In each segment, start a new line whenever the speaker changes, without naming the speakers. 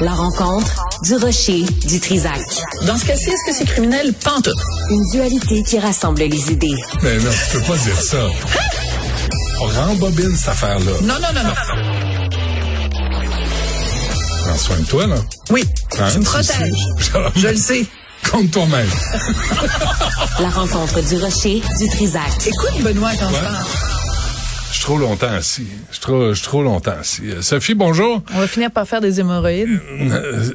La rencontre du rocher du Trisac.
Dans ce cas-ci, est-ce que c'est criminel? Pente.
Une dualité qui rassemble les idées.
Mais Ben, non, tu peux pas dire ça. On rembobine cette affaire-là.
Non, non, non, non.
Prends soin de toi, là.
Oui,
Hein,
tu me
tu
protèges.
sais.
Je le sais.
Compte toi-même.
La rencontre du rocher du Trisac.
Écoute, Benoît, quand je
Ouais.
parle.
Je suis trop longtemps assis. Je suis trop, je suis trop longtemps assis. Euh, Sophie, bonjour.
On va finir par faire des hémorroïdes.
Euh,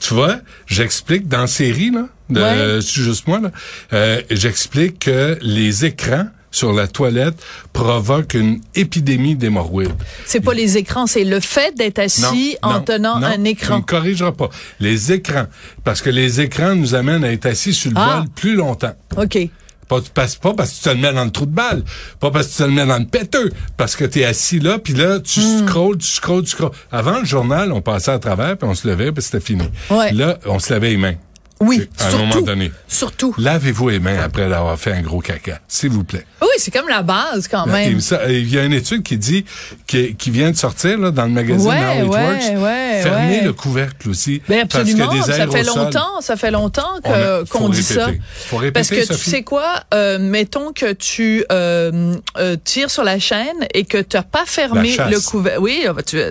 tu vois, j'explique dans la série, là, de,
Ouais.
c'est juste moi, là, euh, j'explique que les écrans sur la toilette provoquent une épidémie d'hémorroïdes.
C'est pas les écrans, c'est le fait d'être assis en
non,
tenant
non,
un
Tu
écran.
ne corrigeras pas. Les écrans. Parce que les écrans nous amènent à être assis sur le
Ah.
bol plus longtemps.
OK.
Pas, tu passes pas parce que tu te le mets dans le trou de balle. Pas parce que tu te le mets dans le péteux. Parce que t'es assis là, puis là, tu
Hmm.
scrolles, tu scrolles, tu scrolles. Avant le journal, on passait à travers, puis on se levait, puis c'était fini.
Ouais.
Là, on se lavait les mains.
Oui,
À un
surtout.
moment donné.
Surtout.
Lavez-vous les mains après d'avoir fait un gros caca, s'il vous plaît.
Oui, c'est comme la base quand Ah, même.
Et ça, et Ben, il y a une étude qui dit, qui, qui vient de sortir là, dans le magazine
Ouais,
How It
ouais,
Works,
ouais,
fermez
ouais.
le couvercle aussi.
Ben
parce qu'il y a
absolument,
des
ça fait
aérosols.
longtemps, ça fait longtemps
On a-
que-
faut
qu'on dit
répéter.
ça.
Faut répéter,
Parce que
Sophie.
tu sais quoi, euh, mettons que tu euh, euh, tires sur la chaîne et que tu n'as pas fermé
La chasse.
le couvercle. Oui, euh, tu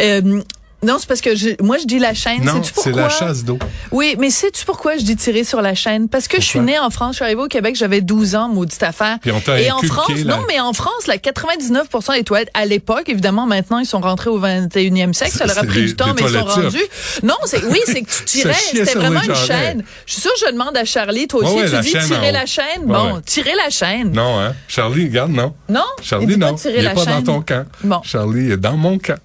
euh, non, c'est parce que j'ai- moi je dis la chaîne.
Non,
Sais-tu
c'est
pourquoi?
la chasse d'eau.
Oui, mais sais-tu pourquoi je dis tirer sur la chaîne? Parce que je suis
Pourquoi?
née en France, je suis arrivée au Québec, j'avais 12 ans, maudite affaire.
Puis on t'a
Et en
inculqué
France,
la-
non, mais en France, la 99% des toilettes, à l'époque, évidemment, maintenant, ils sont rentrés au 21e siècle, ça leur a
C'est
pris
des-
du temps,
des
mais ils sont
toilettes
rendus. Non, c'est, oui, c'est que tu tirais,
Ça chiait
c'était
sur
vraiment
les
une
jarrets.
chaîne. Je suis sûre, que je demande à Charlie, toi aussi,
Ouais, ouais,
tu
la
dis
chaîne en
tirer
haut.
la chaîne?
Ouais,
Bon,
ouais.
tirer la chaîne.
Non, hein? Charlie, regarde, non.
Non?
Charlie,
Il dit pas
non.
tirer
il
la
est pas
chaîne.
dans ton camp.
Bon.
Charlie est dans mon camp.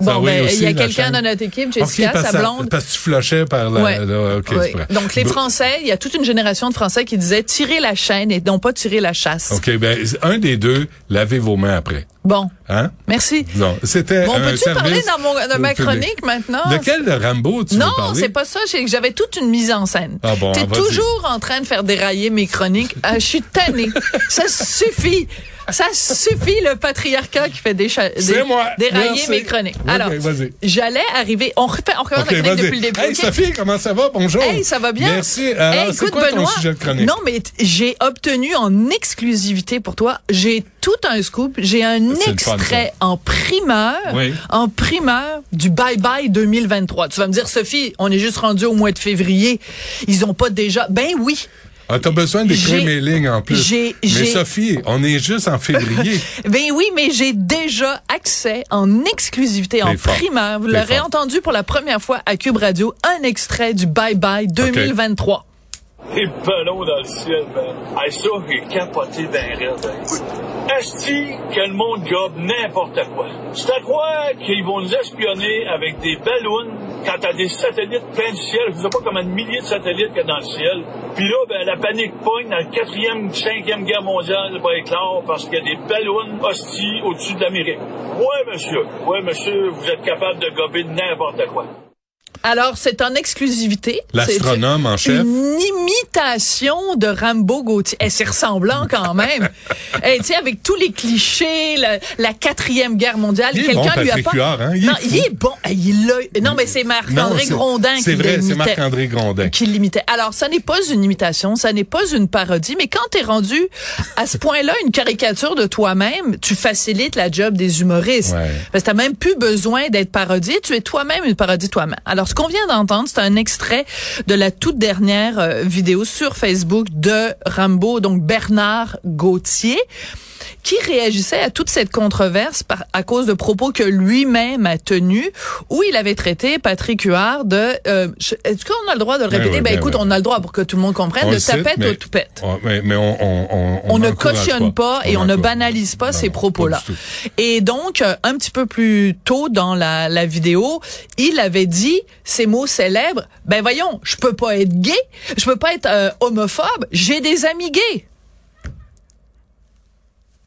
Bon,
Ah oui,
ben,
aussi,
il y a
la
quelqu'un
chaîne.
dans notre équipe,
Ok,
Jessica,
parce
sa
que-
blonde.
Parce que tu flushais par la...
Ouais.
là, ok,
Ouais.
c'est vrai.
Donc, les
Bon.
Français, il y a toute une génération de Français qui disaient tirer la chaîne et non pas tirer la chasse.
OK, ben, un des deux, lavez vos mains après.
Bon,
Hein?
merci.
Non, c'était
Bon,
un
peux-tu
service
parler dans mon- de ma
public.
chronique maintenant?
De quel Rambo tu veux
Non,
parler?
c'est pas ça. j'ai- J'avais toute une mise en scène.
Ah bon,
T'es
vas-y.
toujours en train de faire dérailler mes chroniques. Ah, je suis tannée. ça suffit. Ça suffit le patriarcat qui fait décha- dé-
C'est moi.
dérailler
Merci.
mes chroniques.
Ok,
Alors,
vas-y.
j'allais arriver. On refait, on recommence
OK,
la chronique depuis le
vas-y.
début.
Hey,
ok?
Sophie, comment ça va? Bonjour.
Hey, ça va bien?
Oh, Merci. Euh, Alors,
Hey,
c'est
écoute,
quoi
Benoît,
ton sujet de chronique?
Non, mais t- j'ai obtenu en exclusivité pour toi, j'ai tout un scoop, j'ai un
C'est le fun,
extrait en primeur,
Oui.
en primeur du Bye Bye 2023. Tu vas me dire, Sophie, on est juste rendu au mois de février, ils ont pas déjà... Ben oui,
Ah, t'as besoin d'écrire
J'ai-
mes lignes en plus.
j'ai-
Mais
j'ai-
Sophie, on est juste en février.
ben oui, mais j'ai déjà accès en exclusivité, en
T'es fort.
primeur, vous
T'es
l'aurez
fort.
entendu pour la première fois à Cube Radio, un extrait du Bye Bye 2023.
Les pelons dans le ciel, man. Hey, ça, j'ai capoté d'un rêve. Esti que le monde gobe n'importe quoi. C'est à croire qu'ils vont nous espionner avec des ballons quand t'as des satellites plein de ciel. Je sais pas combien de milliers de satellites qu'il y a dans le ciel. Puis là, ben, la panique pogne dans la quatrième, cinquième guerre mondiale va éclore parce qu'il y a des ballons hosties au-dessus de l'Amérique. Ouais, monsieur. Ouais, monsieur, vous êtes capable de gober n'importe quoi.
Alors, c'est en exclusivité.
L'astronome
C'est-
en chef.
Une imitation de Rambo Gauthier. Eh, c'est ressemblant quand même. Eh, tu sais, avec tous les clichés, la, la quatrième guerre mondiale.
Il est
Quelqu'un
bon,
lui a
Patrick
pas...
Huard, hein? Il est
non,
fou.
il est bon. Eh, il l'a- non, mais c'est Marc-André
c'est-
Grondin qui
C'est vrai, c'est
l'imitait.
Marc-André Grondin.
Qui l'imitait. Alors, ça n'est pas une imitation, ça n'est pas une parodie, mais quand t'es rendu à ce point-là, une caricature de toi-même, tu facilites la job des humoristes.
Ouais.
Parce que t'as même plus besoin d'être parodié, tu es toi-même une parodie toi-même. Alors, ce qu'on vient d'entendre, c'est un extrait de la toute dernière euh, vidéo sur Facebook de Rambo, donc Bernard Gauthier qui réagissait à toute cette controverse par, à cause de propos que lui-même a tenus, où il avait traité Patrick Huard de... euh, je- Est-ce qu'on a le droit de le
Ben
répéter? Ben,
oui, ben
écoute,
oui.
on a le droit pour que tout le monde comprenne,
On
de
le cite,
tapette
mais-
aux toupettes.
Ouais, mais, mais on, on, on,
on ne
n'encourage
cautionne pas, et on ne
n'encourage-
banalise pas
Non,
ces
non,
propos-là.
pas du tout.
Et donc, euh, un petit peu plus tôt dans la, la vidéo, il avait dit ces mots célèbres, ben voyons, je peux pas être gay, je peux pas être euh, homophobe, j'ai des amis gays.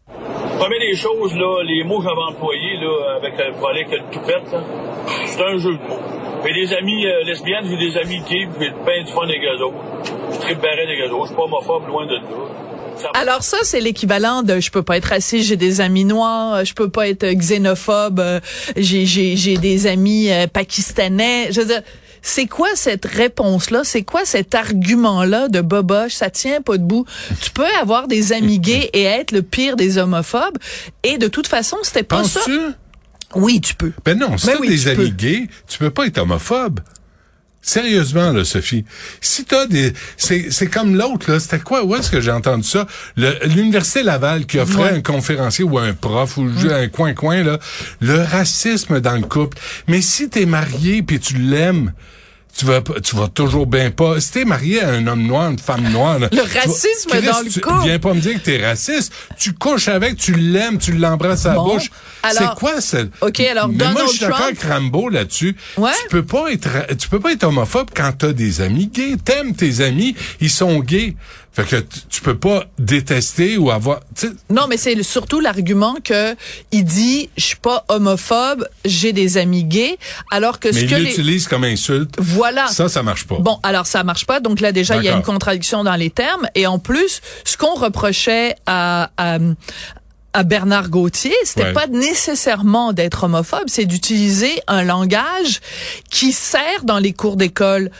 Première des choses, là, les mots que j'avais employés là, avec le volet que le toupette, là, c'est un jeu de mots. J'ai des amis euh, lesbiennes, j'ai des amis gays, puis j'ai bien du fun des gazos. Je tripe barré des gazos, je suis pas homophobe, loin de là. Ça-
Alors ça, c'est l'équivalent de je peux pas être raciste, j'ai des amis noirs, euh, je peux pas être euh, xénophobe, euh, j'ai, j'ai, j'ai des amis euh, pakistanais. Je veux dire, c'est quoi cette réponse-là? C'est quoi cet argument-là de boboche? Ça tient pas debout. Tu peux avoir des amis gays et être le pire des homophobes. Et de toute façon, c'était pas ça.
Penses-tu?
Oui, tu peux.
Ben non, si
Ben
t'as
oui,
des
tu
amis
peux.
gays, tu peux pas être homophobe. Sérieusement, là, Sophie. Si t'as des, c'est, c'est comme l'autre, là. C'était quoi? Où est-ce que j'ai entendu ça? Le- l'Université Laval qui offrait un conférencier ou un prof ou ju- un coin-coin, là. Le racisme dans le couple. Mais si t'es marié puis tu l'aimes, tu vas, pas- tu vas toujours bien pas. Si t'es marié à un homme noir, une femme noire, là,
Le
tu vas-
racisme
Chris,
dans le
tu-
couple.
Viens pas me dire que t'es raciste. Tu couches avec, tu l'aimes, tu l'embrasses à la
Bon.
bouche.
Alors-
c'est quoi, ça?
OK, alors
Mais moi,
Donald
je suis d'accord
Trump-
avec Rambo là-dessus.
Ouais.
Tu peux pas être, tu peux pas être homophobe quand t'as des amis gays. T'aimes tes amis, ils sont gays. Fait que tu tu peux pas détester ou avoir, tu sais,
Non, mais c'est le- surtout l'argument que il dit, je suis pas homophobe, j'ai des amis gays, alors que
mais
ce
ils
que les...
l'utilisent comme insulte.
Voilà.
Ça, ça marche pas.
Bon, alors ça marche pas. Donc là déjà, il y a une
D'accord.
contradiction dans les termes. Et en plus, ce qu'on reprochait à, à à Bernard Gauthier, c'était
Ouais.
pas nécessairement d'être homophobe, c'est d'utiliser un langage qui sert dans les cours d'école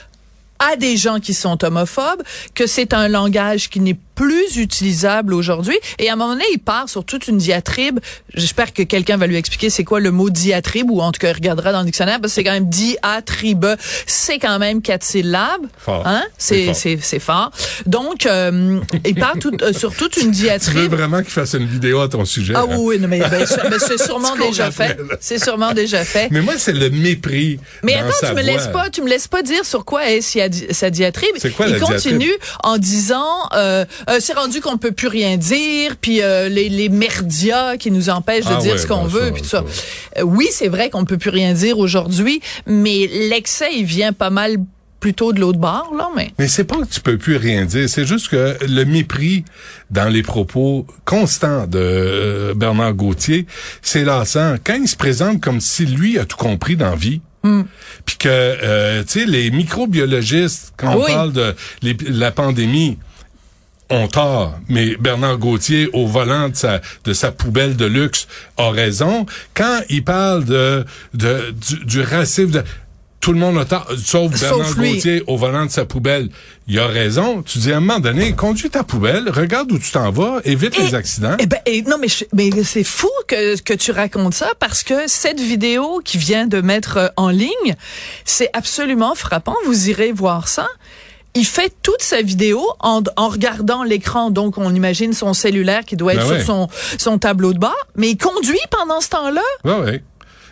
à des gens qui sont homophobes, que c'est un langage qui n'est plus utilisable aujourd'hui. Et à un moment donné, il part sur toute une diatribe. J'espère que quelqu'un va lui expliquer c'est quoi le mot diatribe, ou en tout cas, il regardera dans le dictionnaire, parce que c'est quand même diatribe. C'est quand même quatre syllabes.
Fort.
Hein?
C'est
C'est,
fort.
c'est, c'est fort. Donc, euh, il part tout- euh, sur toute une
Tu veux
diatribe.
vraiment qu'ils fassent une vidéo à ton sujet?
Ah
hein?
oui, oui, non, mais, ben, c'est- mais c'est sûrement
Tu cours
déjà
après,
fait.
là.
C'est sûrement déjà fait.
Mais moi, c'est le mépris.
Mais
dans
attends,
sa
tu me
voix.
laisses pas, tu me laisses pas dire sur quoi est si- sa diatribe.
C'est quoi
Il
la
continue en disant, euh, euh, c'est rendu qu'on peut plus rien dire, puis euh, les, les merdias qui nous empêchent de
Ah
dire
ouais,
ce qu'on
ben ça,
veut, puis tout ça.
ça.
Euh, oui, c'est vrai qu'on peut plus rien dire aujourd'hui, mais l'excès il vient pas mal plutôt de l'autre bord là, mais.
Mais c'est pas que tu peux plus rien dire, c'est juste que le mépris dans les propos constants de euh, Bernard Gauthier, c'est lassant. Quand il se présente comme si lui a tout compris dans la vie,
Hmm.
puis que euh, tu sais les microbiologistes quand
Oui.
on parle de l'ép- la pandémie ont tort, mais Bernard Gauthier, au volant de sa, de sa poubelle de luxe, a raison. Quand il parle de, de du, du racisme, de- tout le monde a tort, sauf
Sauf
Bernard
lui.
Gauthier, au volant de sa poubelle, il a raison. Tu dis à un moment donné, conduis ta poubelle, regarde où tu t'en vas, évite les accidents.
Eh ben, eh, non, mais, je- mais c'est fou que, que tu racontes ça parce que cette vidéo qui vient de mettre euh, en ligne, c'est absolument frappant. Vous irez voir ça. Il fait toute sa vidéo en, en regardant l'écran, donc on imagine son cellulaire qui doit être
Ben
sur
ouais.
son, son tableau de bord, mais il conduit pendant ce temps-là.
Ouais, ouais.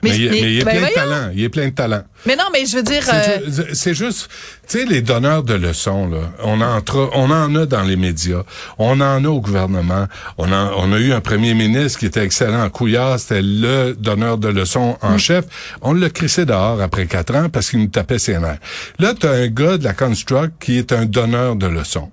Mais-
Mais, il-
mais-
mais il est
ben
plein de
voyons.
talent. Il est plein de talent.
Mais non, mais je veux dire, euh,
C'est ju- C'est juste, tu sais, les donneurs de leçons, là, on, en tra- on en a dans les médias, on en a au gouvernement, on, en- on a eu un premier ministre qui était excellent, Couillard, c'était le donneur de leçons
Mm.
en chef. On l'a crissé dehors après quatre ans parce qu'il nous tapait ses nerfs. Là, t'as un gars de la Construct qui est un donneur de leçons.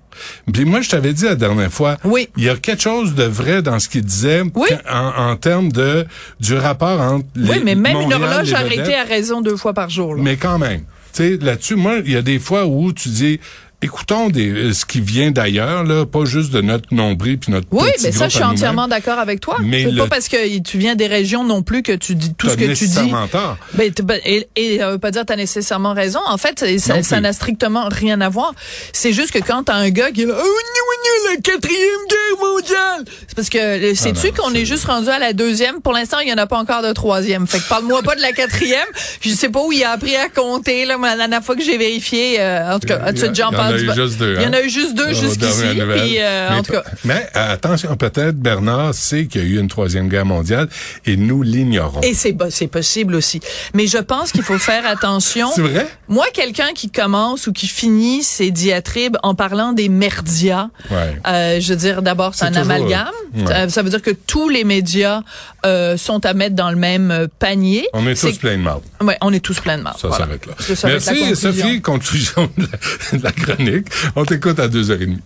Puis moi, je t'avais dit la dernière fois,
Oui.
il y a quelque chose de vrai dans ce qu'il disait
Oui.
qu- en, en termes de du rapport entre les
oui, mais même
Montréal,
une horloge
les vedettes,
arrêtée à raison deux fois par jour. là.
mais quand même, tu sais, là-dessus, moi, il y a des fois où tu dis, écoutons des, euh, ce qui vient d'ailleurs, là, pas juste de notre nombril puis notre
oui,
petit
mais ça,
groupe
je suis
à nous-mêmes.
entièrement d'accord avec toi.
Mais
C'est
le-
pas parce que tu viens des régions non plus que tu dis tout
T'as
ce que tu dis.
nécessairement tort.
Ben, t'as pas- et, et ça veut pas dire que t'as nécessairement raison. En fait, ça- ça
plus.
ça n'a strictement rien à voir. C'est juste que quand t'as un gars qui est là, oh, gnou, gnou, la quatrième guerre mondiale, c'est parce que le- sais-tu
Ah non,
qu'on est juste rendu à la deuxième? Pour l'instant, il y en a pas encore de troisième. Fait que parle-moi pas de la quatrième. Je sais pas où il a appris à compter, là, mais la dernière fois que j'ai vérifié, euh, en tout cas,
Il y a-
tu as déjà
il y en a en a eu juste deux.
Il y en
hein?
a eu juste deux
Aux
jusqu'ici.
dernières nouvelles.
Puis, euh,
mais,
en tout cas,
mais, euh, attention, peut-être Bernard sait qu'il y a eu une troisième guerre mondiale et nous l'ignorons.
Et c'est bo- c'est possible aussi. Mais je pense qu'il faut faire attention.
C'est vrai?
Moi, quelqu'un qui commence ou qui finit ses diatribes en parlant des merdias,
Ouais.
euh, je veux dire, d'abord, c'est
C'est
un
toujours,
amalgame.
euh, ouais.
Euh, ça veut dire que tous les médias euh, sont à mettre dans le même euh, panier.
On est tous
C'est-
plein de mal.
Ouais, on est tous plein de marde.
Ça
voilà.
s'arrête là.
Ça s'arrête la
Merci,
conclusion.
Sophie. Conclusion de la, de la chronique. On t'écoute à 2h30.